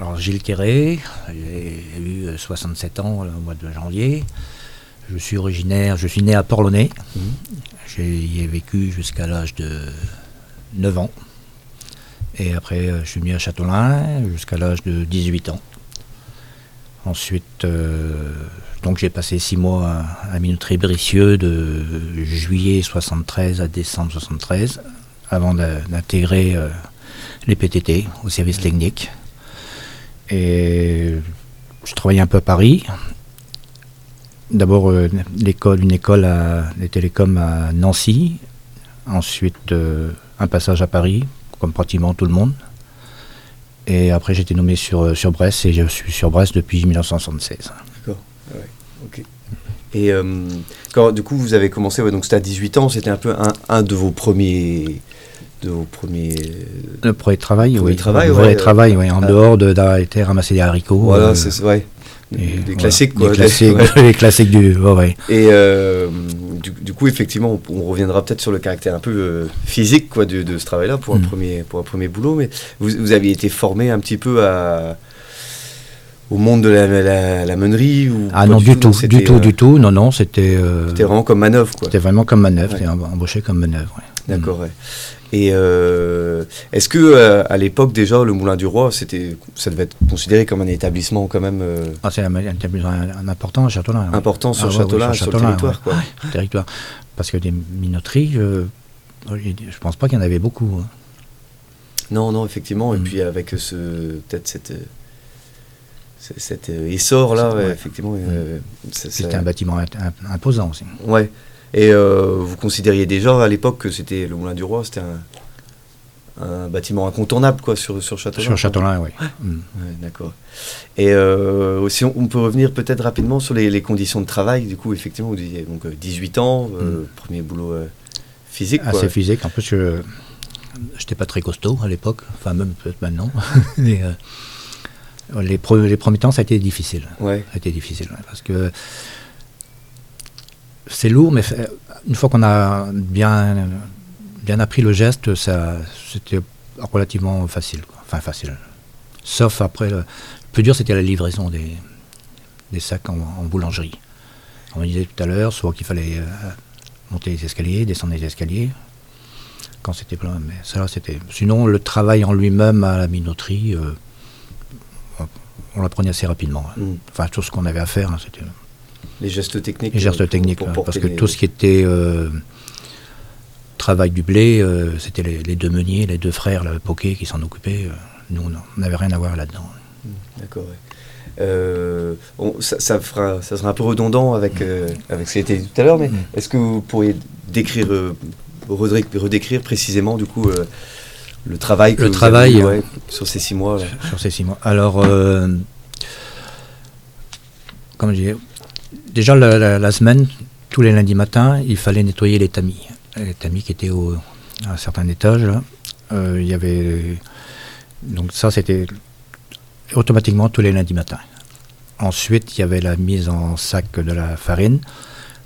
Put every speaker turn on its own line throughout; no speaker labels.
Alors Gilles Quéré, j'ai eu 67 ans euh, au mois de janvier. Je suis originaire, je suis né à Port-Launay. Mmh. J'y ai vécu jusqu'à l'âge de 9 ans. Et après, euh, je suis venu à Châtelain jusqu'à l'âge de 18 ans. Ensuite, euh, donc j'ai passé 6 mois à, à Minuterie-Brissieux de juillet 73 à décembre 73 avant d'intégrer euh, les PTT au service technique. Et je travaillais un peu à Paris. D'abord euh, l'école, une école à les télécoms à Nancy. Ensuite euh, un passage à Paris, comme pratiquement tout le monde. Et après j'ai été nommé sur, sur Brest et je suis sur Brest depuis 1976.
D'accord. Ah ouais. Ok. Et euh, quand du coup vous avez commencé, ouais, donc c'était à 18 ans, c'était un peu un, un de vos premiers de vos premiers.
Le premier travail,
premier
oui.
Travail,
le
ouais,
vrai
euh,
travail, oui. En
ah.
dehors de- d'avoir été ramasser des haricots.
Voilà,
euh,
c'est ouais.
et
Des
voilà.
classiques quoi.
Des classiques,
Ouais.
les classiques du. ouais, ouais.
Et euh, du, du coup, effectivement, on, on reviendra peut-être sur le caractère un peu euh, physique quoi, de, de ce travail-là pour, un
Mm.
premier, pour un premier boulot. Mais vous, vous aviez été formé un petit peu à, au monde de la, la, la meunerie ou
Ah
pas
non, du tout,
non,
du
c'était,
tout,
euh,
du tout. Non, non, c'était. euh,
C'était vraiment comme manœuvre, quoi.
C'était vraiment comme manœuvre,
Ouais.
c'était em- embauché comme manœuvre. ouais.
D'accord. ouais. Et euh, est-ce que euh, à l'époque déjà le Moulin du Roi, c'était, ça devait être considéré comme un établissement quand même euh,
Ah, c'est un, un établissement un important à Châtelain. ouais.
important sur
Ah ouais, Ah
Châtelain,
oui,
sur
sur
le
Châtelain,
territoire, quoi.
le territoire. Parce que des minoteries, je je pense pas qu'il y en avait beaucoup. hein.
Non, non, effectivement. Et
Mm.
puis avec ce, peut-être cette, euh, ce- cet euh, essor là,
Cette-
ouais,
ouais. Mm.
effectivement. euh, ça- ça-
C'était un bâtiment int- imp- imposant aussi.
Ouais. Et euh, vous considériez déjà à l'époque que c'était le Moulin du Roi, c'était un, un bâtiment incontournable, quoi, sur sur Châtelain.
Sur Châtelain, oui. Mm.
Ouais, D'accord. Et euh, aussi, on, on peut revenir peut-être rapidement sur les, les conditions de travail. Du coup, effectivement, vous disiez donc euh, 18 ans, euh, premier boulot euh, physique. quoi.
Assez Hmm. Ah, physique. En plus, je n'étais pas très costaud à l'époque, enfin même peut-être maintenant. Mais, euh, les, pre- les premiers temps, ça a été difficile.
Ouais.
Ça a été difficile ouais, parce que c'est lourd, mais fait- une fois qu'on a bien, bien appris le geste, ça, c'était relativement facile. quoi. Enfin, facile. Sauf après, le, le plus dur, c'était la livraison des, des sacs en, en boulangerie. On disait tout à l'heure, soit qu'il fallait euh, monter les escaliers, descendre les escaliers. Quand c'était plein, mais ça, c'était. Sinon, le travail en lui-même à la minoterie, euh, on- on l'apprenait assez rapidement. hein.
Mm.
Enfin, tout ce qu'on avait à faire, hein, c'était
Les gestes techniques.
les
euh,
gestes
pour-
techniques.
pour
hein,
porter
parce que
les-
tout ce qui était euh, travail du blé, euh, c'était les, les deux meuniers, les deux frères, le Poquet, qui s'en occupaient. euh. nous, on on n'avait rien à voir là-dedans.
D'accord. ouais. Euh, on- ça, ça fera, ça sera un peu redondant
Hmm.
avec, euh, avec ce qui a été dit tout à l'heure, mais
Mm.
est-ce que vous pourriez décrire, euh, redré- redécrire précisément du coup euh, le travail que
Le
vous
travail,
avez eu,
euh,
ouais, sur ces six mois là.
sur ces six mois. Alors, euh, comme je disais, déjà la, la- la semaine, tous les lundis matins, il fallait nettoyer les tamis. Les tamis qui étaient au, à un certain étage, là. Euh, il y avait. Donc, ça, c'était automatiquement tous les lundis matins. Ensuite, il y avait la mise en sac de la farine,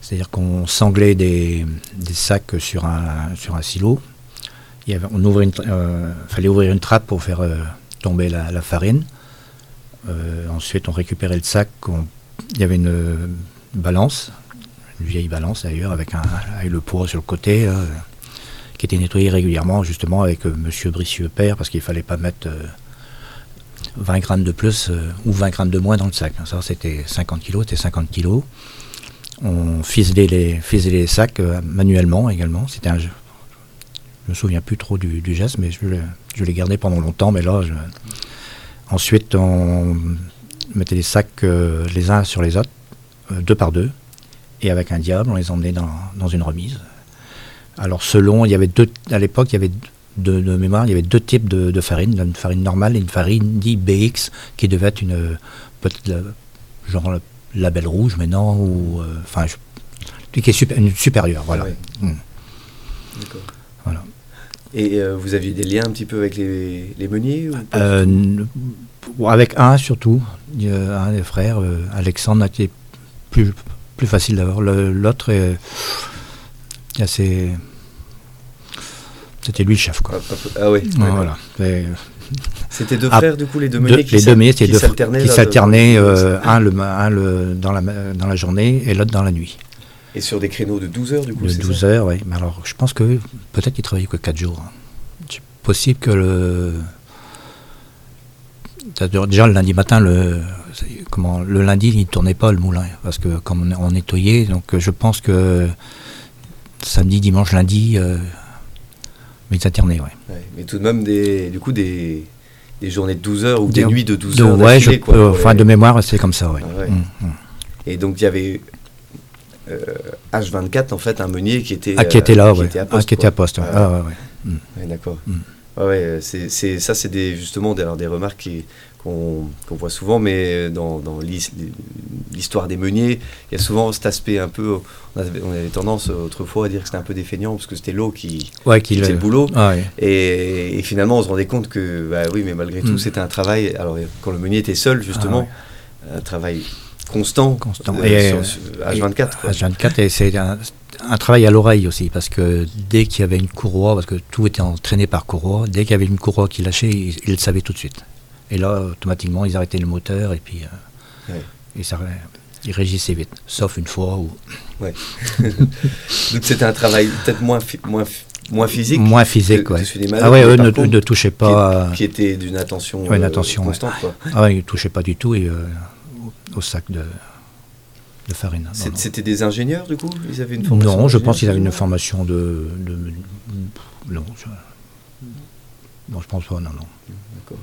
c'est-à-dire qu'on sanglait des, des sacs sur un, sur un silo. Il y avait- on ouvrait une tra- euh, fallait ouvrir une trappe pour faire euh, tomber la, la farine. Euh, ensuite, on récupérait le sac. on- Il y avait une euh, balance, une vieille balance d'ailleurs, avec, un, avec le poids sur le côté, là, euh, qui était nettoyé régulièrement, justement avec euh, Monsieur Bricieux Père, parce qu'il fallait pas mettre euh, 20 grammes de plus euh, ou 20 grammes de moins dans le sac. Ça, c'était 50 kilos, c'était 50 kilos. On ficelait les, ficelait les sacs euh, manuellement également. C'était un jeu. Je me souviens plus trop du, du geste, mais je, le- je l'ai gardé pendant longtemps. Mais là, je- ensuite, on mettait les sacs euh, les uns sur les autres, euh, deux par deux, et avec un diable, on les emmenait dans, dans une remise. Alors, selon, il y avait deux, à l'époque, il y avait de, de mémoire, il y avait deux types de, de farine, une farine normale et une farine dite BX, qui devait être une euh, peut-être la- genre le label rouge maintenant, ou euh, enfin, je- qui est supé- une supérieure, voilà.
Ouais.
Mm.
D'accord.
Voilà.
Et euh, vous aviez des liens un petit peu avec les, les meuniers ou pas
Euh, n- avec un surtout, euh, un des frères, euh, Alexandre, a été plus, plus facile d'avoir. Le- L'autre est assez. C'était lui le chef,
Ah,
quoi.
ah, ah, ouais.
Ouais, voilà. Et
C'était deux frères, du coup, les deux
Ah, Deux-
meuniers qui
les deux
s'al-
meuniers, c'est
qui
deux fr-
s'alternaient,
qui
là, de-
s'alternaient, euh, un, le, ma- un le- dans, la, ma- dans la journée et l'autre dans la nuit.
Et sur des créneaux de 12 heures, du coup.
De
c'est
12
ça
heures, oui. Mais alors, je pense que peut-être qu'ils travaillaient que 4 jours. C'est possible que le. C'est-à-dire, Déjà, le lundi matin, le, c'est- comment, le lundi, il ne tournait pas le moulin. Parce que, comme on, on nettoyait, donc euh, je pense que samedi, dimanche, lundi, euh, ils s'alternaient, ouais.
Ouais, Mais tout de même, des, du coup, des, des journées de 12 heures ou des,
Des-
nuits de 12
De,
heures.
ouais, je
d'affilée, quoi.
peux- enfin, de
Ouais.
mémoire, c'est comme ça, ouais.
Ah ouais.
Mm, mm.
Et donc, il y avait euh, H24, en fait, un meunier qui était,
Ah, qui
euh,
était là,
qui
ouais.
était à
Ah,
poste.
qui était à
quoi.
poste, ouais.
Ah,
Ah, ouais, ouais.
ouais, D'accord.
Mm.
Ouais, ouais, euh, c'est- c'est- ça, c'est des, justement des, alors, des remarques qui- qu'on qu'on voit souvent, mais dans, dans l'his- l'histoire des meuniers, il y a souvent cet aspect un peu. On avait, on avait tendance autrefois à dire que c'était un peu des feignants, parce que c'était l'eau qui,
Ouais,
qui
qu'il-
faisait le boulot.
Ah, ouais.
Et, et finalement, on se rendait compte que, bah oui, mais malgré tout,
Mm.
c'était un travail. Alors, quand le meunier était seul, justement, un travail constant,
Ah Constant.
euh,
Et,
sur-
euh,
sur- H24. quoi.
H24, et c'est un, un travail à l'oreille aussi, parce que dès qu'il y avait une courroie, parce que tout était entraîné par courroie, dès qu'il y avait une courroie qui lâchait, ils, ils le savaient tout de suite. Et là, automatiquement, ils arrêtaient le moteur et puis euh,
Ouais.
et ça, ils régissaient vite, sauf une fois où
Donc, c'était un travail peut-être moins, phy- moins, phy- moins physique,
moins physique.
que-
ouais.
que celui des malades,
Ah ouais,
mais
eux
par
ne,
contre,
ne touchaient pas, euh,
qui était d'une attention,
Ouais, une
euh,
attention, ouais.
constante. quoi.
ah ouais, ils touchaient pas du tout et, euh, au- au sac de, de farine. Non,
C'est-
non.
C'était des ingénieurs, du coup Ils avaient une formation
Non, je
d'ingénieur,
pense qu'ils avaient une
finalement
formation de. de- non, je, non, je pense pas, non, non.
D'accord.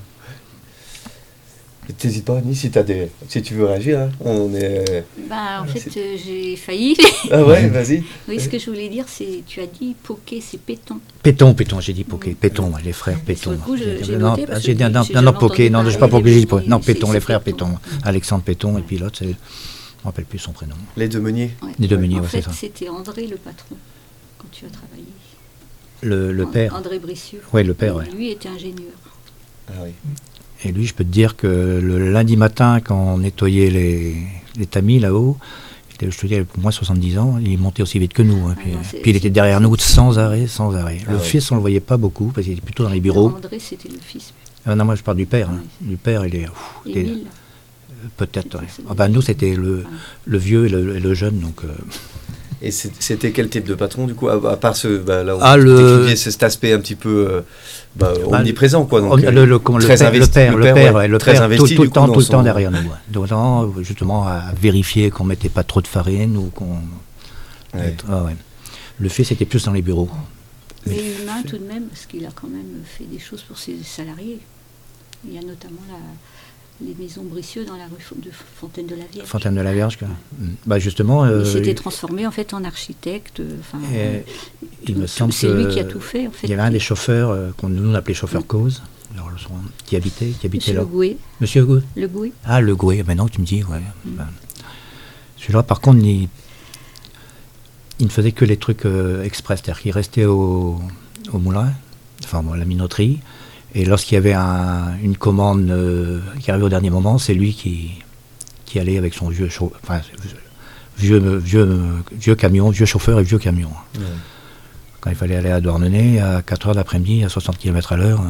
T'hésites pas, Annie, si, t'as des... si tu veux réagir. hein, On est...
Bah, en fait,
c'est-
euh, j'ai failli.
Ah ouais, vas-y.
oui, ce que je voulais dire, c'est, tu as dit poké, c'est péton.
Péton, péton, j'ai dit poké, péton, les frères péton.
le coup, je- j'ai
non,
noté parce
j'ai
que
dit non,
j'ai
non, non,
jamais
poké,
entendu
non, je
parler
sais pas
des
poké, j'ai dit
Pétons,
poké. non,
c'est-
péton,
c'est
les frères
Pétons.
péton. Alexandre Péton et
Ouais.
puis l'autre, c'est, je me rappelle plus son prénom.
Ah,
Les deux meuniers.
Ouais.
Les deux meuniers,
En
ouais, c'est
fait,
ça.
c'était André le patron quand tu as travaillé.
Le, le
And-
père.
André Brissure.
Ouais, le père, ouais.
Lui était ingénieur.
Ah oui.
Et lui, je peux te dire que le lundi matin, quand on nettoyait les, les tamis là-haut, il était- je te dis, il avait au moins 70 ans, il montait aussi vite que nous. hein,
Ah
puis,
non,
euh,
c'est-
puis il était derrière nous sans arrêt, sans arrêt.
Ah
le
ouais.
fils, on le voyait pas beaucoup, parce qu'il était plutôt dans les bureaux.
Alors, André, c'était le fils.
Ah non, moi, je parle du père. hein.
Ouais.
Du père, il est. ouf, il est-
Émile.
Peut-être, ouais.
C'est-
Ah bah, nous, c'était le,
Ah.
le vieux et le, et le jeune. Donc, euh,
Et c'est- c'était quel type de patron, du coup À, à part ce. Bah, là, on
Ah, le-
décrivait ce- cet aspect un petit peu euh, bah, omniprésent, quoi. Donc,
on-
euh,
Oh, le, le- comment- le
très
père,
investi-
le père, le père,
ouais,
ouais, le
très
père,
investi,
tout, tout
du
le
coup,
temps,
dans
tout le temps
son-
derrière nous. ouais. Donc, non, justement, à vérifier qu'on mettait pas trop de farine ou qu'on.
Ouais.
Ah ouais. Le fils était plus dans les bureaux.
Mais humain tout de même, parce qu'il a quand même fait des choses pour ses salariés. Il y a notamment la- les maisons Bricieux dans la rue Fo- de Fontaine de la Vierge.
Fontaine de la Vierge, quoi. Mm. Bah justement.
Il
euh,
s'était
il-
transformé en fait en architecte. euh, Enfin,
euh, il me
tout-
semble
c'est lui qui a
que
tout fait en fait.
Il y avait un des chauffeurs euh, qu'on nous on appelait chauffeur cause, alors, son- qui habitait, qui habitait
Monsieur
là.
Le Gouet.
Monsieur Gou-
Le Gouet.
Ah, le Gouet, maintenant tu me dis, ouais. Ben, Celui-là, par contre, il, il ne faisait que les trucs euh, express, c'est-à-dire qu'il restait au, au moulin, enfin bon, à la minoterie, et lorsqu'il y avait un- une commande euh, qui arrivait au dernier moment, c'est lui qui, qui allait avec son vieux, chau- enfin, vieux, vieux, vieux camion, vieux chauffeur et vieux camion.
Ouais.
Quand il fallait aller à Douarnenez, à 4h l'après-midi, à 60 km à l'heure,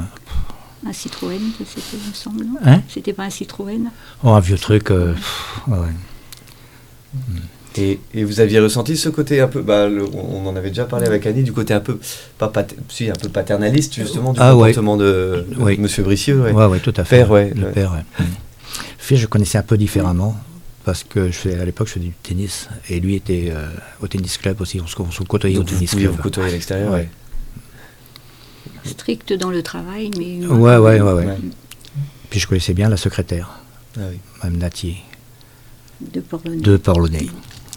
Un Citroën, ça, c'était, il me semble. non
Hein
C'était pas un Citroën.
oh, un vieux truc, euh, pff, ouais.
Et, et vous aviez ressenti ce côté un peu, bah, le- on on en avait déjà parlé avec Annie, du côté un peu, pas pater- si, un peu paternaliste justement du
Ah ouais.
comportement de de
Oui.
Monsieur Bricieux. ouais.
Ouais, ouais, tout à fait.
Père, ouais,
Le
ouais.
père, ouais. Mm. Fils, je connaissais un peu différemment parce que je faisais- à l'époque, je faisais du tennis et lui était euh, au tennis club aussi. On se, on se côtoyait
Donc
au
vous
tennis
pouviez
club.
vous côtoyer à l'extérieur.
Ouais.
ouais.
Strict dans le travail, mais humain.
Ouais, ouais, ouais, ouais.
Ouais.
Puis je connaissais bien la secrétaire,
Ah oui.
Mme Natier,
de Portland.
de Porlonnet.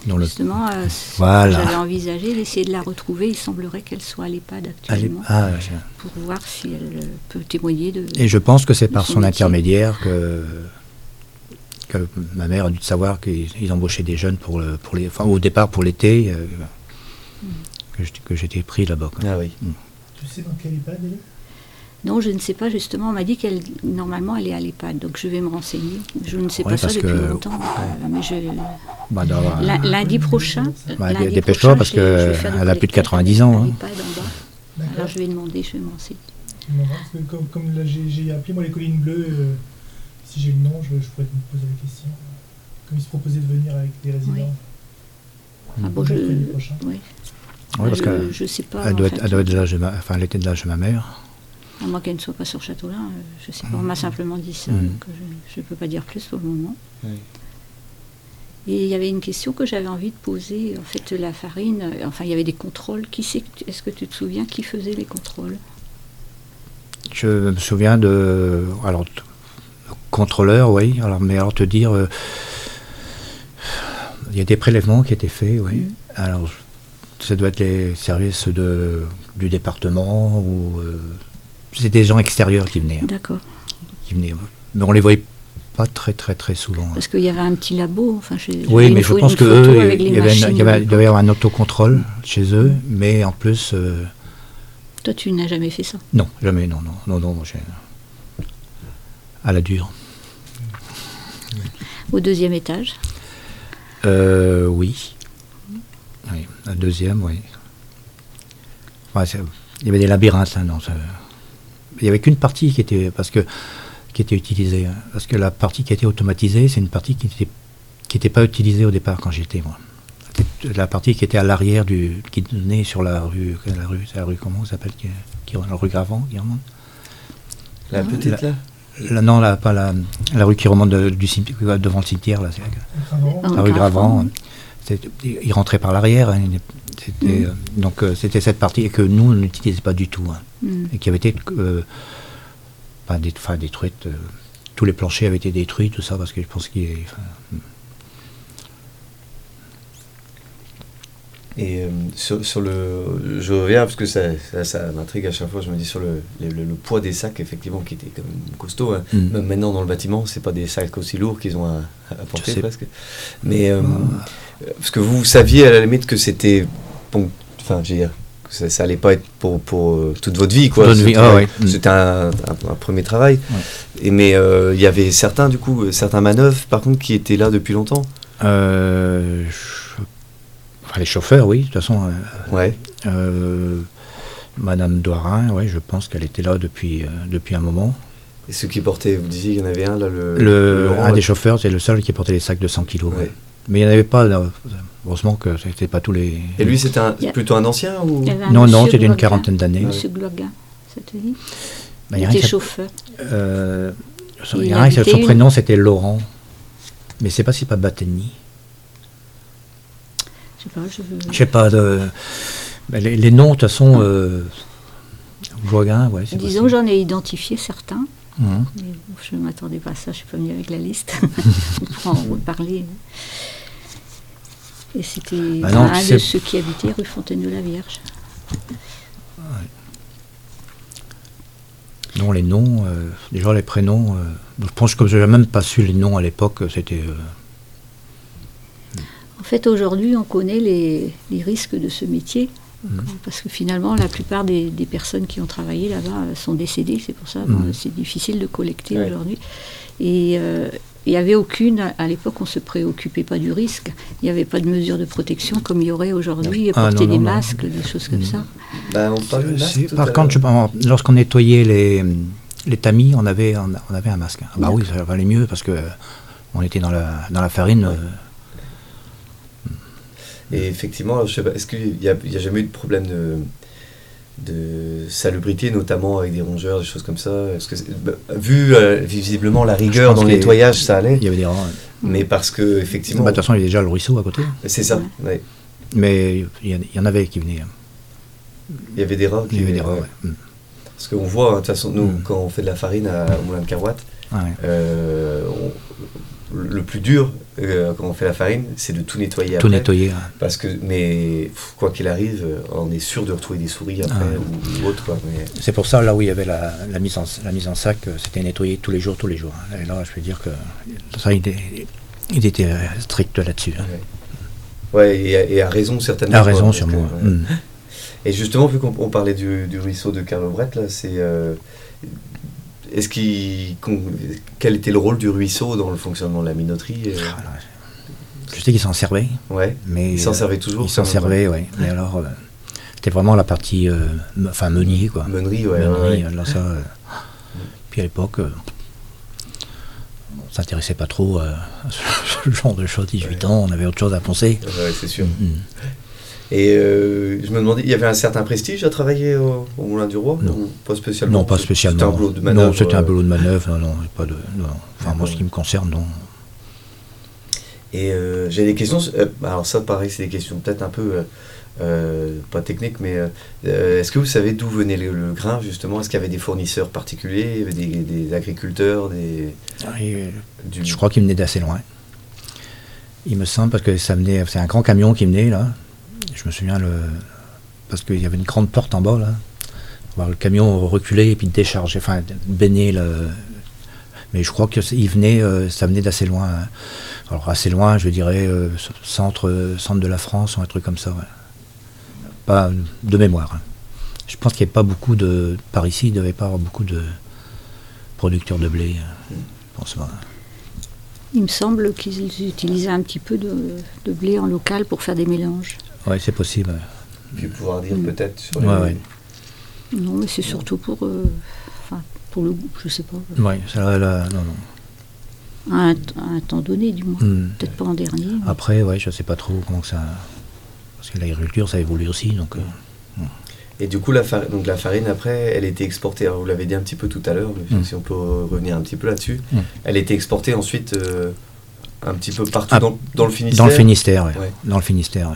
dont le-
Justement, euh, c-
Voilà.
j'avais envisagé d'essayer de la retrouver. Il semblerait qu'elle soit à l'EHPAD
Ah, les-
actuellement,
ah, je-
pour voir si elle euh, peut témoigner de.
et je pense que c'est par
Son
son
métier.
intermédiaire que, que ma mère a dû savoir qu'ils ils embauchaient des jeunes pour, le- pour les, enfin, au départ pour l'été, euh,
Mm.
que j'étais- que j'étais pris là-bas. quoi.
Ah oui.
Tu sais dans quel EHPAD elle est
Non, je ne sais pas. Justement, on m'a dit qu'elle normalement elle est à l'EHPAD, donc je vais me renseigner. Je ne sais
Ouais,
pas ça
parce
depuis
que-
longtemps, euh, mais je
Bah, dans-
la- lundi prochain.
Bah,
lundi
dépêche-toi,
prochain,
parce
je vais- je vais
que
faire le
elle a plus de
collectif
90 ans,
à
hein.
l'EHPAD en bas. Alors je vais demander, je vais me renseigner.
effectivement. non, parce que comme, comme là, j'ai, j'ai appelé moi les collines bleues, euh, si j'ai le nom, je, je pourrais me poser la question. Comme ils se proposaient de venir avec des résidents
Ah bon, je.
Hmm. mercredi prochain.
Oui.
Oui, parce
je,
que
je sais pas.
elle
en
doit, être,
fait.
elle doit être de l'âge de ma- enfin, elle était de l'âge de ma mère.
À moins qu'elle ne soit pas sur Châteaulin, euh, je sais pas.
Hmm.
On m'a simplement dit ça,
Mm.
donc euh, je- je ne peux pas dire plus pour le moment.
Ah Oui.
Et il y avait une question que j'avais envie de poser. En fait, la farine, euh, enfin, il y avait des contrôles. Qui c'est que tu- Est-ce que tu te souviens qui faisait les contrôles
Je me souviens de. Alors, t- contrôleur, oui. Alors, mais alors, te dire. euh, il y a des prélèvements qui étaient faits, oui.
Mhm.
Alors, je- ça doit être les services de, du département ou. euh, c'est des gens extérieurs qui venaient. hein,
D'accord.
qui venaient ouais. mais on les voyait pas très, très, très souvent. hein.
Parce qu'il y avait un petit labo. Enfin, j'ai- j'avais
Oui, mais
une
je
pho-
pense
une
que
photo
eux,
avec les
il y avait, un-
machines
il y avait- il
de-
devait y avoir un autocontrôle chez eux, mais en plus, euh,
Toi, tu n'as jamais fait ça.
non, jamais, non, non, non, non, j'ai- à la dure.
Au deuxième étage.
Euh, oui. Oui, la deuxième, oui. Ouais, c'est- il y avait des labyrinthes, hein, dans ce- Il n'y avait qu'une partie qui était, parce que, qui était utilisée. hein. parce que la partie qui a été automatisée, c'est une partie qui n'était qui était pas utilisée au départ quand j'étais, moi. C'était La partie qui était à l'arrière du. qui donnait sur la rue. La rue, c'est la rue comment ça s'appelle qui, qui- La rue Gravant, qui remonte
La petite là
Là, Non, là, pas la, la rue qui remonte de- du cimetière- devant le cimetière, là. c'est-
Donc, avant,
Ah.
la rue
Gravant.
Gravant. c'était- hein. Il rentrait par l'arrière. hein, il- c'était, euh, donc euh, c'était cette partie que nous, on n'utilisait pas du tout. hein,
Mm.
et qui avait été euh, pas dé- enfin, détruite. euh, tous les planchers avaient été détruits, tout ça, parce que je pense qu'il est- enfin,
Et euh, sur, sur le. Je reviens parce que ça, ça, ça m'intrigue à chaque fois. Je me dis sur le, le, le- le poids des sacs, effectivement, qui était quand même costaud. hein.
Mm.
Même maintenant dans le bâtiment, c'est pas des sacs aussi lourds qu'ils ont à, à porter
sais. Ah.
presque. Mais. euh, euh, Parce que vous, vous saviez à la limite que c'était. ponc- Enfin, je veux dire, que ça, ça allait pas être pour, pour euh, toute votre vie, quoi.
Toute
ce
vie, ah
travail.
ouais. Mm.
C'était un, un- un premier travail. Et, mais euh, il y avait certains, du coup, euh, certains manœuvres, par contre, qui étaient là depuis longtemps.
euh, je- enfin, les chauffeurs, oui, de toute façon. euh,
Ouais.
euh, Madame Doirin, ouais, je pense qu'elle était là depuis, euh, depuis un moment.
Et ceux qui portaient, vous disiez, il y en avait un là, le.
Le,
Laurent,
un
là,
des chauffeurs, c'est le seul qui portait les sacs de 100 kilos.
Ouais.
ouais. Mais il n'y en avait pas, euh, heureusement que c'était pas tous les.
Et lui, c'était un-
Yeah.
plutôt un ancien ou
Il y avait un
Non,
monsieur
non, c'était une
Gloguin.
quarantaine d'années.
Monsieur Gloguin, ça te dit
Bah, il y
Il
a un
était
qui a-
chauffeur.
euh, son- il y
Il
a un qui a-
habitait
son
une-
prénom, c'était Laurent. Mais c'est pas si c'est pas Battigny.
Je sais pas, je
Je sais pas. de- bah, les, les noms, de toute façon. Euh... Joguin, ouais. c'est
Disons,
possible.
j'en ai identifié certains.
Mhm.
Mais bon, je ne m'attendais pas à ça, je suis pas venue avec la liste. On pourra en reparler. Et c'était
Bah non,
un
tu
de
sais-
ceux qui habitaient rue Fontaine de la Vierge.
Non, les noms, euh, déjà les prénoms. euh, je pense que comme je n'ai même pas su les noms à l'époque, c'était. euh,
En fait, aujourd'hui, on connaît les, les risques de ce métier.
Mhm.
Parce que finalement, la plupart des, des personnes qui ont travaillé là-bas euh, sont décédées. C'est pour ça que
Mhm.
c'est difficile de collecter
Ouais.
aujourd'hui. Et euh, il n'y avait aucune, à- à l'époque, on ne se préoccupait pas du risque. Il n'y avait pas de mesures de protection comme il y aurait aujourd'hui,
Ah, non,
porter
non,
des
non. Mmh.
masques, des choses comme ça.
Bah, on parle de masque
C'est-
tout à
Par contre, je-
l'heure.
en- lorsqu'on nettoyait les, les tamis, on avait, on, on avait un masque. Ah bah oui, ça valait mieux parce que euh, on était dans la, dans la farine.
Ouais.
euh,
Et effectivement, je sais pas, est-ce qu'il n'y a, il y a jamais eu de problème de, de salubrité, notamment avec des rongeurs, des choses comme ça Est-ce que c'est- bah, Vu euh, visiblement la rigueur
pense
dans le
qu'il y a-
nettoyage, ça allait,
il y avait des rangs.
mais parce que
Bah,
effectivement,
De toute façon, il y avait déjà le ruisseau à côté.
c'est ça. ouais.
Mais il y, en- il y en avait qui venaient. hein.
Il y avait des rats.
Il y avait
qui-
des rangs,
ouais.
ouais. Mm.
Parce qu'on voit, hein, de toute façon, nous,
Mm.
quand on fait de la farine à au moulin de Carouate,
Ah ouais.
euh, on- le plus dur euh, quand on fait la farine, c'est de tout nettoyer
Tout
après.
nettoyer. hein.
Parce que, mais pff, quoi qu'il arrive, euh, on est sûr de retrouver des souris après
Ah.
ou, ou autre. Quoi, mais,
C'est pour ça, là où il y avait la, la mise, en, la mise en sac, euh, c'était nettoyé tous les jours, tous les jours. hein. Et là, je peux dire que ça, il était, il était euh, strict là-dessus. hein.
ouais, et, à- et à raison certainement.
À
quoi,
raison, mm.
parce
sur
que,
moi.
ouais. Et justement, vu qu'on on parlait du, du ruisseau de Carlo Brett, là, c'est. euh, Est-ce qu'il. qu'on- Quel était le rôle du ruisseau dans le fonctionnement de la minoterie euh,
Je sais qu'ils s'en servaient.
Ouais.
Mais,
Il s'en
euh,
servait toujours
Il s'en
quand même, hein.
servait, oui. Mais alors, euh, C'était vraiment la partie, euh, me- enfin meunier quoi.
Meunerie, ouais. ouais,
Meunerie,
ouais.
alors ça, euh, puis à l'époque, euh, on s'intéressait pas trop euh, à ce genre de choses. 18 ans, on avait autre chose à penser.
Ouais, c'est sûr.
Mm.
Et euh, je me demandais, il y avait un certain prestige à travailler au, au Moulin du Roi
Non.
Ou Pas spécialement.
Non, pas spécialement.
C'était un boulot de manœuvre.
Non, c'était un
euh,
boulot de manœuvre. Non, non, pas de. non. Enfin, moi,
Ouais.
ce qui me concerne, non.
Et euh, j'ai des questions. euh, alors ça, pareil, c'est des questions peut-être un peu euh, euh, pas techniques, mais euh, euh, est-ce que vous savez d'où venait le, le grain justement Est-ce qu'il y avait des fournisseurs particuliers, il y avait des, des agriculteurs, des
Et,
du
Je crois qu'il venait d'assez loin. Il me semble parce que ça venait, c'est un grand camion qui venait là. Je me souviens le, parce qu'il y avait une grande porte en bas là. Voir le camion reculer et puis décharger, enfin baigner le. Mais je crois que c'est- il venait, euh, ça venait d'assez loin. hein. Alors assez loin, je dirais euh, centre, euh, centre de la France ou un truc comme ça. ouais. Pas de mémoire. hein. Je pense qu'il n'y avait pas beaucoup de par ici, il ne devait pas avoir beaucoup de producteurs de blé. hein. Je pense pas.
Il me semble qu'ils utilisaient un petit peu de, de blé en local pour faire des mélanges.
Oui, c'est possible.
Puis pouvoir dire
Mm.
peut-être sur
Hmm. Ouais,
les-
ouais.
Non, mais c'est surtout pour, euh, enfin, pour le goût, je sais pas.
Oui, ça, là, non, non.
À un, à un temps donné, du moins.
Hmm.
Peut-être pas en dernier. mais-
Après, ouais, je sais pas trop comment que ça. Parce que l'agriculture, ça évolue aussi, donc. euh,
Et du coup, la farine, donc la farine après, elle était exportée. Alors, vous l'avez dit un petit peu tout à l'heure, mais
Mm.
si on peut revenir un petit peu là-dessus,
Mm.
elle était exportée ensuite euh, un petit peu partout
Ah,
dans, dans le Finistère.
Dans le Finistère, ouais.
Ouais.
Dans le Finistère, ouais.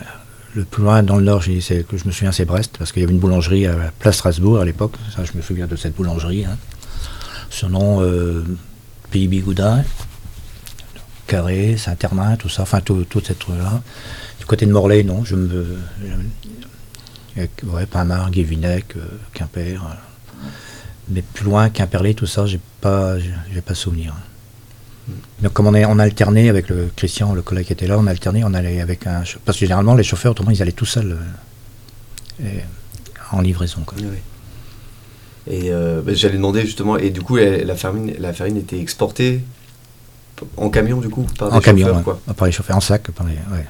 Le plus loin, dans le nord, j'ai- c'est- que je me souviens, c'est Brest, parce qu'il y avait une boulangerie à la Place Strasbourg à l'époque. Ça, je me souviens de cette boulangerie. Hein. Son nom, euh, Pays Bigoudin, Carré, Saint-Hermin, tout ça, enfin, tout, tout cette là Du côté de Morlaix, non, je me. je- avec, ouais, Pinmar, Guévinec, euh, Quimper. euh. Mais plus loin, Quimperlé, tout ça, j'ai pas, j'ai j'ai pas souvenir. Donc comme on, est, on alternait avec le Christian, le collègue qui était là, on alternait, on allait avec un... chau- Parce que généralement, les chauffeurs, autrement, ils allaient tout seuls euh, et- en livraison. Quoi.
Oui, oui. Et euh, bah, j'allais demander justement, et du coup, elle- la farine, la farine était exportée p- en camion, du coup, par des
En camion,
chauffeurs,
ouais.
quoi.
par les chauffeurs, en sac, par les... ouais.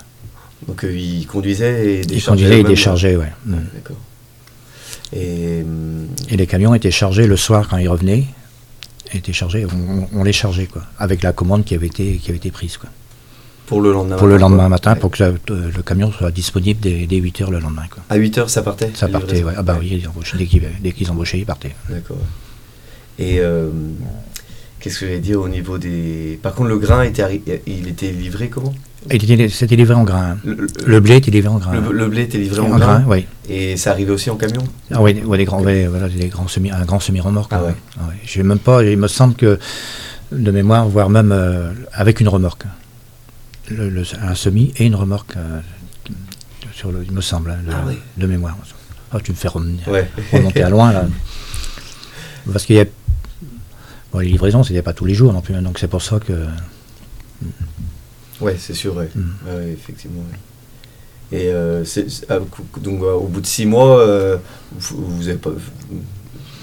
Donc, euh, ils conduisaient et
Ils
déchargeaient.
conduisaient et
eux-mêmes.
déchargeaient, ouais. Mm.
D'accord. Et. hum,
Et les camions étaient chargés le soir quand ils revenaient, étaient chargés, on, on- on les chargeait, quoi, avec la commande qui avait été, qui avait été prise, quoi.
Pour le lendemain
Pour le
matin,
lendemain
quoi.
matin,
Ouais.
pour que ça- euh, le camion soit disponible dès, 8h le lendemain, quoi.
À 8 heures, ça partait
Ça
la
partait,
livraison
ouais. Ah bah oui, ils embauchaient, dès qu'ils dès qu'ils embauchaient, ils partaient.
D'accord. Et euh, qu'est-ce que j'allais dire au niveau des. Par contre, le grain était, arri- il était livré comment
Et il était- C'était livré en grain. hein.
le, le-
Le blé était livré en grain.
le- le blé était livré
En
en,
grain,
grain,
oui.
et ça arrivait aussi en camion.
Ah oui, ouais, des grands, ouais, voilà, des grands semi, un grand semi-remorque.
Ah
ouais.
ouais.
Ah ouais. J'ai même pas, il me semble que, de mémoire, voire même euh, avec une remorque. Le- le- un semi et une remorque, euh, sur le, il me semble, hein, de,
Ah ouais.
de mémoire. Ah, tu me fais remonter,
Ouais.
remonter à loin, là. Parce qu'il y a. Bon, les livraisons, c'était pas tous les jours non plus, hein, donc c'est pour ça que.
ouais, c'est sûr, ouais.
Mm.
Ouais, ouais, effectivement. ouais. Et euh, c'est- c'est- ah, cou- cou- donc, euh, au bout de six mois, euh, vous, vous avez pas- vous-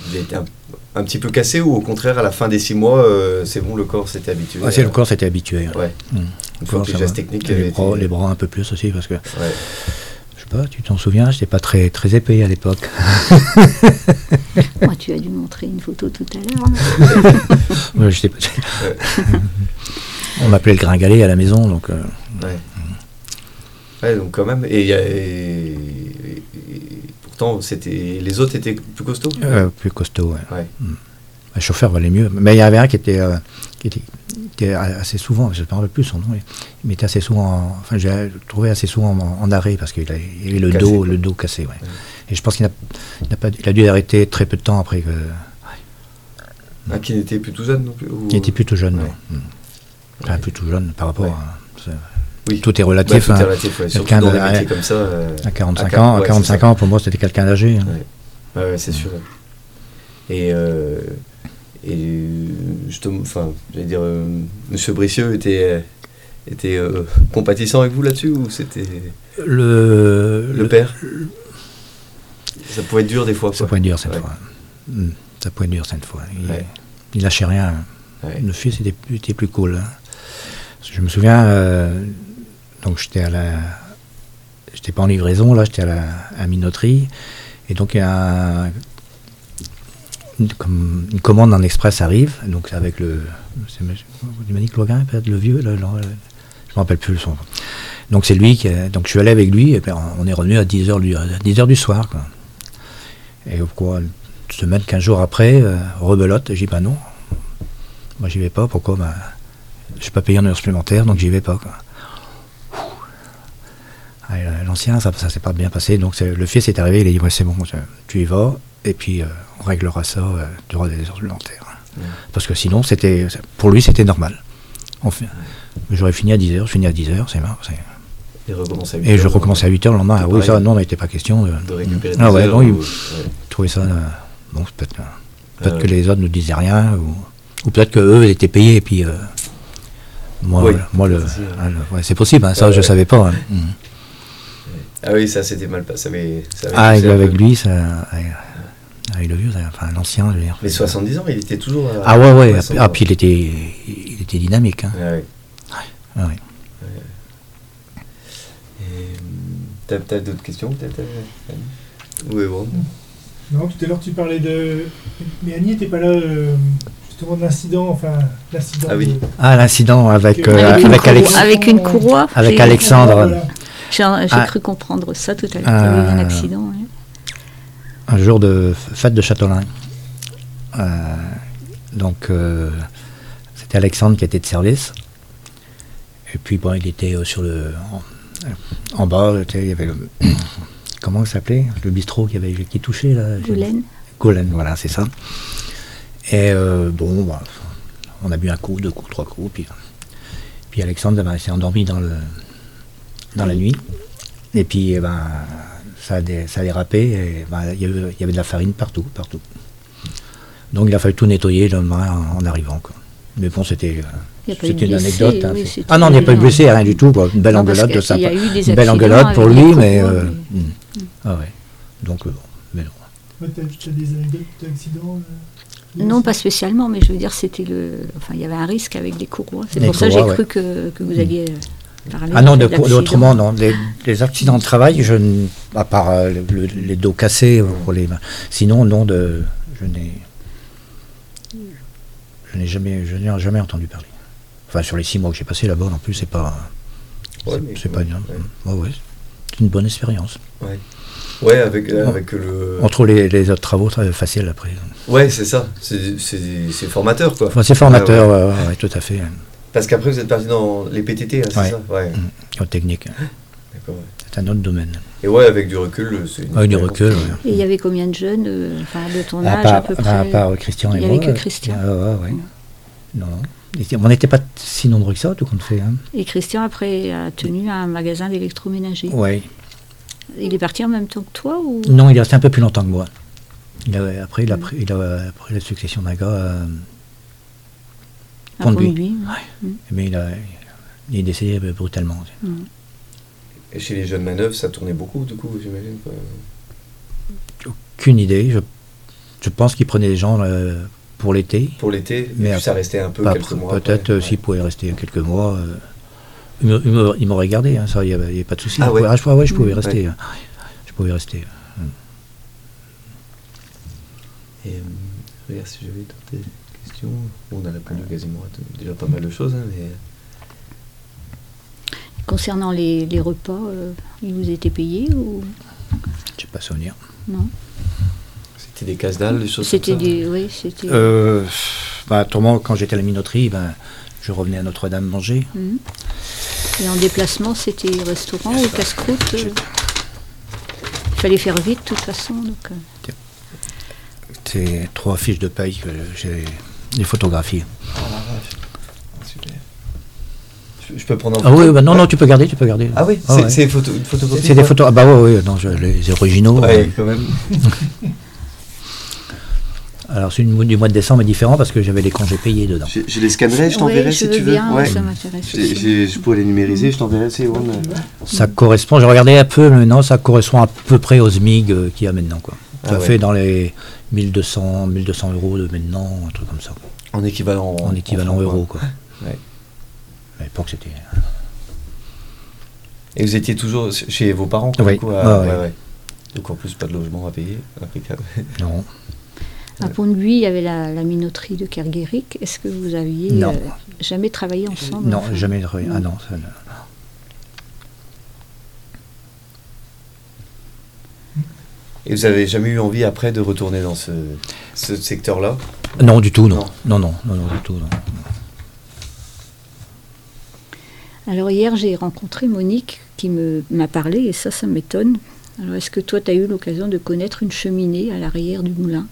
vous avez été un, un petit peu cassé ou au contraire, à la fin des six mois, euh, c'est bon, le corps s'était habitué
Ah, c'est le
à-
corps s'était habitué. hein.
Ouais.
Mm.
Une fois
Le corps,
que
ça
les gestes
va.
techniques
les
avaient
bras,
été-
les bras un peu plus aussi, parce que.
Ouais.
Je sais pas, tu t'en souviens, j'étais pas très, très épais à l'époque.
Moi, tu as dû montrer une photo tout à l'heure. hein là.
Ouais, je sais pas. On m'appelait le gringalet à la maison, donc. euh,
Ouais. Mmh. Ouais, donc quand même. Et, il y a- et- et- et pourtant, c'était les autres étaient plus costauds. Mmh.
euh, plus costaud. ouais.
Ouais.
Mm. Le chauffeur valait mieux. Mais il y avait un qui était, euh, qui était, qui était a- assez souvent, je ne me rappelle plus son nom, mais il m'était assez souvent, en- enfin, je l'ai trouvé assez souvent en, en arrêt parce qu'il avait il avait le
Cassé,
dos,
quoi.
le dos cassé. ouais. Et je pense qu'il n'a il n'a pas, il a dû arrêter très peu de temps après que.
Un Ah, qui n'était plus tout jeune non plus. ou-
Il était plutôt jeune.
Ouais.
non. Mm. Enfin,
Ouais.
plutôt jeune par rapport
Ouais.
à. c'est-
Oui.
Tout est
Bah,
relatif.
tout est
hein.
relatif, ouais, Surtout
quelqu'un
dans
de-
des métiers
ouais.
comme ça. euh,
À 45
quar-
ans, à
ouais, c'est
45
ça.
ans, pour moi, c'était quelqu'un d'âgé. hein.
Ouais. Ouais, ouais, c'est sûr. Et, euh, et euh, justement, enfin, j'allais dire, euh, Monsieur Bricieux était était euh, compatissant avec vous là-dessus ou c'était
Le,
le père Ça pouvait être dur des fois.
Ça
quoi.
pouvait être dur cette
Ouais.
fois. Mm. Ça pouvait être dur cette fois. Il,
Ouais.
il lâchait rien.
Ouais.
Le fils était, plus- était plus cool. hein. Parce que Je me souviens, euh, donc j'étais à la. j'étais pas en livraison, là, j'étais à la à minoterie. Et donc, il y a un- une, com- une commande en express arrive, donc avec le. c'est monsieur- Il m'a dit que Logan, peut-être, le vieux, là, là, là, je me rappelle plus le son. Donc, c'est lui qui. a- donc, je suis allé avec lui, et puis on est revenu à 10h du, à 10 heures du soir. quoi. Et pourquoi Une semaine, 15 jours après, euh, rebelote, j'ai dit, bah non, moi j'y vais pas, pourquoi bah, Je suis pas payé en heure supplémentaire, donc j'y vais pas. quoi. Ah, et, euh, L'ancien, ça, ça s'est pas bien passé. Donc c'est- le fils est arrivé, il a dit ouais, c'est bon, tu- tu y vas, et puis euh, on réglera ça euh, du droit des heures supplémentaires. hein.
Ouais.
Parce que sinon, c'était pour lui, c'était normal. On fait- J'aurais fini à 10h, je finis à 10h, c'est marrant. c'est-
Et, recommence à
Et je recommence à 8h le lendemain.
C'est
Ah oui,
pareil.
ça, non, mais il n'était pas question de,
De récupérer
Ah
des
ouais,
heures
non, il-
ou- ouais.
trouver ça. euh, bon, c'est peut-être peut-être
Ah ouais.
que les autres ne disaient rien, ou, ou peut-être qu'eux étaient payés, et puis. euh, moi,
Oui.
voilà, moi, le,
C'est-
hein, le- ouais, c'est possible, hein, ça,
Ah
je
ouais. Euh,
savais pas. hein. Mm.
Ah oui, ça c'était mal passé. Ça avait- ça avait
Ah, avec,
poussé un
avec
peu.
lui, ça, ah, avec, avec le ah, vieux, ça- enfin l'ancien, je veux dire.
Mais 70 ans, il était toujours. à-
Ah ouais, ouais.
à
Ah,
son-
puis il était, il était dynamique. Hein.
Ah ouais.
Ah ouais.
Et, hum, T'as t'as d'autres questions peut-être euh, Annie Oui, bon.
Ah.
Non, tout à l'heure tu parlais de. Mais Annie était pas là euh, justement de l'incident, enfin l'incident.
Ah oui.
de-
Ah, l'incident avec, euh, avec,
Avec une
une
Alex-
courroie-
Alex-
avec une courroie.
Avec
j'ai-
Alexandre.
Voilà.
J'ai j'ai
Ah.
cru comprendre ça tout à l'heure. Il y a eu un
Euh,
accident. hein. ouais.
un jour de f- fête de Châtelain. Euh, donc, euh, c'était Alexandre qui était de service. Et puis, bon, il était euh, sur le. En, en bas, tu sais, il y avait le. Comment ça s'appelait Le bistrot qui, avait, qui touchait, là. j'ai-
Goulaine.
Golan, voilà, c'est ça. Et euh, bon, bah, on a bu un coup, deux coups, trois coups, puis, puis Alexandre bah, s'est endormi dans, le, dans la nuit. Et puis, eh ben, ça, a dé- ça a dérapé, et, ben, il y, a eu- il y avait de la farine partout, partout. Donc il a fallu tout nettoyer le lendemain en, en arrivant. quoi. Mais bon, c'était euh,
Il y a pas eu de
c'était une
blessé,
anecdote. hein,
oui,
c'est-
c'était-
ah non, il n'y a pas eu de blessé, rien du tout. quoi. Une belle
Non, parce
engueulade
que
de
Il y
sympa.
a eu des
Une belle
accidents
engueulade pour
avec des
lui, mais.
courroies,
euh,
mais-
hmm. Ah ouais. Donc, euh, bon, mais non.
Ouais, T'as t'as des anecdotes d'accidents euh,
Non, pas spécialement, mais je veux dire, c'était le. Enfin, il y avait un risque avec des courroies. C'est
Les
pour ça que j'ai
courroies, Hmm.
cru que, que vous alliez euh, parler.
Ah non, de,
l'accident.
autrement, non. Les, les accidents de travail, je, n- à part euh, le- les dos cassés, euh, pour les, sinon, non, de, je n'ai. Je n'ai jamais, je n'ai jamais entendu parler. Enfin, sur les six mois que j'ai passé là-bas, en plus, c'est pas.
Ouais,
c'est-
mais-
c'est pas bien.
ouais.
Ouais, ouais. C'est une bonne expérience.
Ouais, avec, euh,
On-
avec le.
On trouve les, les autres travaux très faciles après.
Ouais, c'est ça. C'est c'est- c'est formateur, quoi.
Enfin, c'est
Ah Ouais,
formateur, ouais, ouais, tout à fait, euh,
ouais. Parce qu'après, vous êtes parti dans les PTT, hein, c'est
Ouais. Mm.
ça Ouais,
en euh, technique.
d'accord. ouais.
C'est un autre domaine.
Et ouais, avec du recul, euh, c'est. une
Avec du
expérience.
recul, ouais.
Et il y avait combien de jeunes, euh, enfin, de ton
À
âge à
part,
peu
à
près
part Christian et
Il y
moi.
avait que
euh,
Christian.
ah, ouais, ouais.
Mm.
Non, non. Et On n'était pas si nombreux que ça, tout compte fait. Hein.
Et Christian, après, a tenu un magasin d'électroménager.
Ouais.
Il est parti en même temps que toi ou
Non, il est resté un peu plus longtemps que moi. Il a- après, il a, pris, il a pris la succession d'un gars, euh,
Ah,
Pont de
Pont de
Buis.
Buis, ouais.
mais Eh ben, il, a, il est décédé euh, brutalement.
Mm.
Et chez les jeunes manœuvres, ça tournait beaucoup, du coup, j'imagine. quoi.
Qu'une idée. Je, je pense qu'il prenait les gens euh, pour l'été.
Pour l'été,
Mais
mais
après-
ça restait un peu
Pas
quelques
pr-
mois.
Peut-être
après.
euh, s'il pouvait rester quelques mois. euh, il me- il me- il m'aurait gardé, hein, ça, il n'y avait, il y avait pas de souci.
Ah
je, pouvais-
ouais.
je pouvais- ouais, je pouvais
Mm.
rester. hein. Je pouvais rester. hein.
Et, euh, regarde si j'avais d'autres des questions. Bon, On a répondu quasiment à tout- déjà pas mal de choses, hein, mais.
Concernant les, les repas, euh, ils vous étaient payés ou
Je pas souvenir.
non
C'était des casse dalles des choses comme
C'était
ça
des, oui, c'était.
Euh, bah, autrement, quand j'étais à la minoterie, ben, je revenais à Notre-Dame manger.
Mhm. Et en déplacement, c'était restaurant ou casse-croûte euh, Il fallait faire vite de toute façon. Donc, euh.
C'est trois fiches de paye que j'ai des photographies.
Ah, la vache. Ah, Super. Je, je peux prendre en
Ah oui,
photo
bah, non, non, tu peux garder, tu peux garder.
Ah oui,
Ah
c'est
ouais.
c'est photo, une photocopie.
C'est des
quoi
photos. Ah bah oui, oui, non, je- les originaux.
Ouais,
euh,
quand même.
alors celui du mois de décembre est différent parce que j'avais les congés payés dedans.
Je, je les scannerai, je t'enverrai
Ouais,
si
je
tu
veux
veux.
bien,
ouais.
ça m'intéresse.
J'ai-
aussi.
j'ai- je pourrais les numériser, je t'enverrai, c'est bon. euh.
Ça correspond, j'ai regardé un peu, mais non, ça correspond à peu près aux SMIG euh, qu'il y a maintenant. Quoi. Ça
Ah ouais.
fait dans les 1200, 1200 euros de maintenant, un truc comme ça. quoi.
En équivalent.
en équivalent
francs,
euro,
ouais.
quoi.
Ouais.
À l'époque, c'était.
Et vous étiez toujours chez vos parents quoi,
Oui.
du coup, à-
Ah,
ouais,
ouais.
ouais. Donc en plus, pas de logement à payer, impeccable.
Non.
À Pont-de-Buis, il y avait la, la minoterie de Kerguéric. Est-ce que vous aviez
Non.
euh, jamais travaillé ensemble
Non,
enfin
jamais de rue. Ah
non.
non, ça, non.
Et vous avez jamais eu envie après de retourner dans ce, ce secteur-là
Non, du tout, non. Non, non, non, non, du tout, non.
Alors hier, j'ai rencontré Monique qui me- m'a parlé et ça, ça m'étonne. Alors est-ce que toi, tu as eu l'occasion de connaître une cheminée à l'arrière du moulin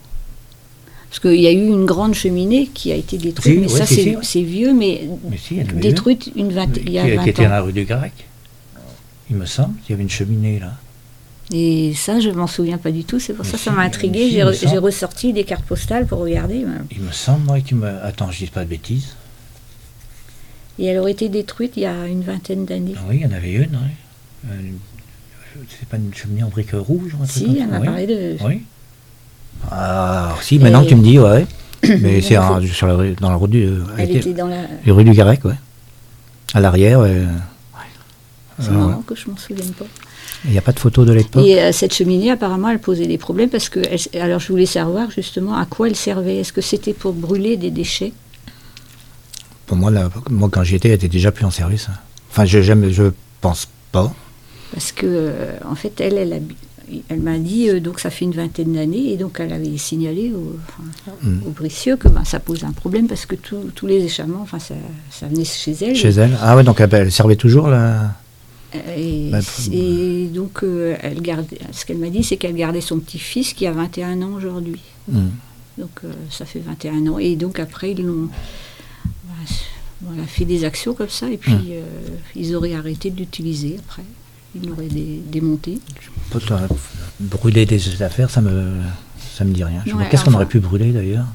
Parce qu'il y a eu une grande cheminée qui a été détruite.
Si,
mais
ouais,
ça,
si,
c'est
si, ouais.
c'est vieux, mais
Mais si, elle l'avait eu.
détruite une vingt- il y a
qui, qui
20
était dans la
ans.
rue du Grec. Il me semble qu'il y avait une cheminée là.
Et ça, je m'en souviens pas du tout. C'est pour
Mais
ça que ça
si,
m'a
mais
intrigué.
si,
J'ai
il me
re-
semble.
j'ai ressorti des cartes postales pour regarder. mais-
Il me semble, moi, qu'il me. Attends, je dis pas de bêtises.
Et elle aurait été détruite il y a une vingtaine d'années.
Oui, il y en avait une. Oui. Euh, une- c'est pas une cheminée en briques rouges ou un truc
Si,
comme ça,
elle m'a
oui.
parlé de.
Oui. Ah, si, maintenant que tu me dis, ouais. Mais c'est un- sur la rue- dans la rue du,
Elle était dans la.
la rue du Garec, ouais. À l'arrière, euh,
C'est
Ah,
marrant
ouais.
que je m'en souvienne pas.
il n'y a pas de photo de l'époque.
Et euh, cette cheminée, apparemment, elle posait des problèmes parce que. elle- alors, je voulais savoir justement à quoi elle servait. Est-ce que c'était pour brûler des déchets
Pour moi, la- moi quand j'y étais, elle était déjà plus en service. hein. Enfin, je, jamais, je pense pas.
Parce que, euh, en fait, elle, elle, habi- elle m'a dit, euh, donc ça fait une vingtaine d'années, et donc elle avait signalé au, enfin,
Mm.
au Bricieux que ben, ça pose un problème parce que tout- tous les échappements, enfin, ça, ça venait chez elle.
Chez elle. Ah ouais, donc elle, elle servait toujours là.
Euh, Et,
Bah,
et donc, euh, elle gardait, ce qu'elle m'a dit, c'est qu'elle gardait son petit-fils qui a 21 ans aujourd'hui.
Hmm.
Donc, euh, ça fait 21 ans. Et donc, après, ils l'ont. voilà, c- Voilà, fait des actions comme ça, et puis
Mm.
euh, ils auraient arrêté de l'utiliser après. Ils l'auraient dé- démonté.
Putain, Brûler des affaires, ça me, ça me dit rien. Je
Ouais,
vois, Qu'est-ce qu'on
enfin.
aurait pu brûler d'ailleurs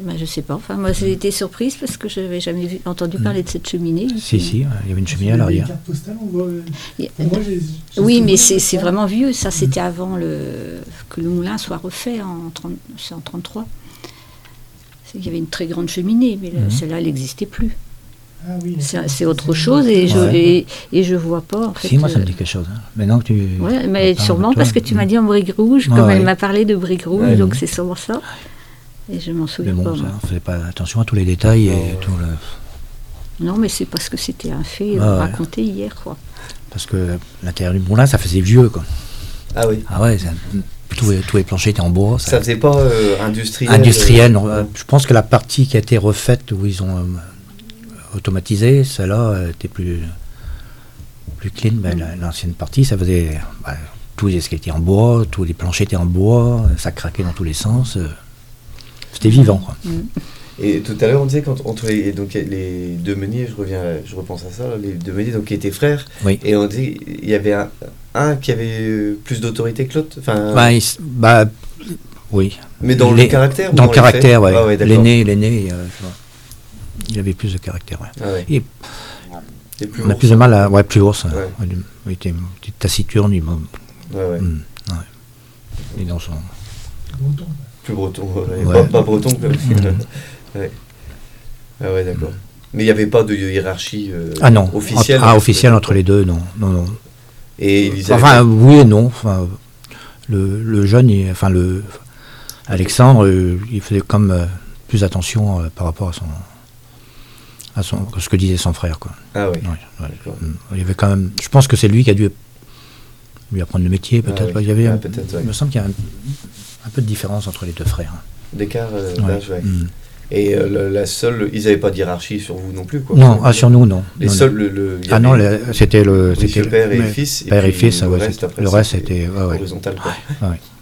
Bah, je sais pas. Enfin, moi,
Mmh.
j'ai été surprise parce que je n'avais jamais vu, entendu
Mm.
parler de cette cheminée.
Si, si, ouais, il y avait une cheminée à
Parce que Les
l'arrière.
cartes postales, on voit. euh,
Et-
Pour moi, j'ai. j'ai
oui, mais
ce souvenir,
c'est c'est
ça.
vraiment vieux.
Mmh.
Ça, c'était avant le, que le moulin soit refait en 30 c'est en 33. C'est- Il y avait une très grande cheminée, mais le-
Mhm.
celle-là, elle n'existait plus.
Ah oui,
C'est
d'accord.
c'est autre chose et je
Ouais.
et, et je vois pas. En fait,
Si, moi ça me
euh,
dit quelque chose. hein. Maintenant que tu.
Ouais,
on
mais
parle
sûrement
de toi,
parce que tu m'as
hmm.
dit en briques rouges,
Ouais,
comme elle
ouais.
m'a parlé de briques rouges,
Ouais,
donc
ouais.
c'est sûrement ça. Et je m'en
Mais
souviens
bon,
pas.
ça,
moi.
on faisait pas attention à tous les détails et
Ouais.
tout le.
Non, mais c'est parce que c'était un fait
Ouais,
euh,
Ah ouais.
raconté hier, quoi.
Parce que l'intérieur du moulin, ça faisait vieux, quoi.
Ah oui.
Ah ouais, ça- tous, les, tous les planchers étaient en bois. ça-
Ça faisait pas euh, industriel.
industriel.
euh,
non, euh, Je pense que la partie qui a été refaite, où ils ont euh, automatisé, celle-là euh, était plus, plus clean. Mais
Mm.
la- L'ancienne partie, ça faisait. bah, tous les escaliers étaient en bois, tous les planchers étaient en bois, euh, ça craquait dans tous les sens. euh, C'était
Mm.
vivant, quoi.
Et tout à l'heure, on disait quand entre les, et donc les deux meuniers, je reviens, je repense à ça, là, les deux meuniers donc qui étaient frères,
Oui.
et on dit il y avait un, un qui avait euh, plus d'autorité que l'autre, enfin,
Bah, ils- bah, oui.
mais dans
les-
le caractère. ou
Dans le
les faits
caractère, ouais.
Ah ouais, d'accord.
l'aîné, l'aîné, euh, je vois. il avait plus de caractère, ouais.
Ah ouais.
Et-
Et plus
On a
lourd.
plus de mal à. Ouais, plus ours. hein.
Ouais.
Il- Il était une petite taciturne, il m'a-
Ouais, ouais.
Hmm, ouais. Et dans son.
Breton, quoi.
Plus breton. ouais.
Ouais.
Pas, pas breton. Quoi.
Mhm.
ouais. Ah ouais, d'accord. Mais il n'y avait pas de hiérarchie euh,
Ah non,
officielle.
entre, ah, officiel entre les deux, non. non, non.
Et ils avaient-
Enfin, euh, oui et non. Enfin, le, le jeune, il- enfin, le. Alexandre, euh, il faisait comme euh, plus attention euh, par rapport à son. À son, à ce que disait son frère. Quoi.
Ah ouais.
Ouais, ouais.
D'accord.
Hmm. Il y avait quand même, je pense que c'est lui qui a dû lui apprendre le métier, peut-être.
oui.
ouais. Il, y avait
Ah,
un-
peut-être, ouais.
il me semble qu'il y a un, un peu de différence entre les deux frères. hein.
D'écart euh,
Ouais.
d'âge, ouais.
Hmm.
Et euh, le- la seule, ils n'avaient pas de hiérarchie sur vous non plus, quoi.
Non, ah, sur nous, non.
Les
Non, non.
seuls, le, le- il y
Ah non,
avait
le- c'était le.
monsieur
c'était
père et
mais-
fils.
Père et
puis
fils, ah
le
ouais,
reste,
c'était-
après,
le reste, c'était. ouais, ouais.
horizontal, quoi.
Ouais.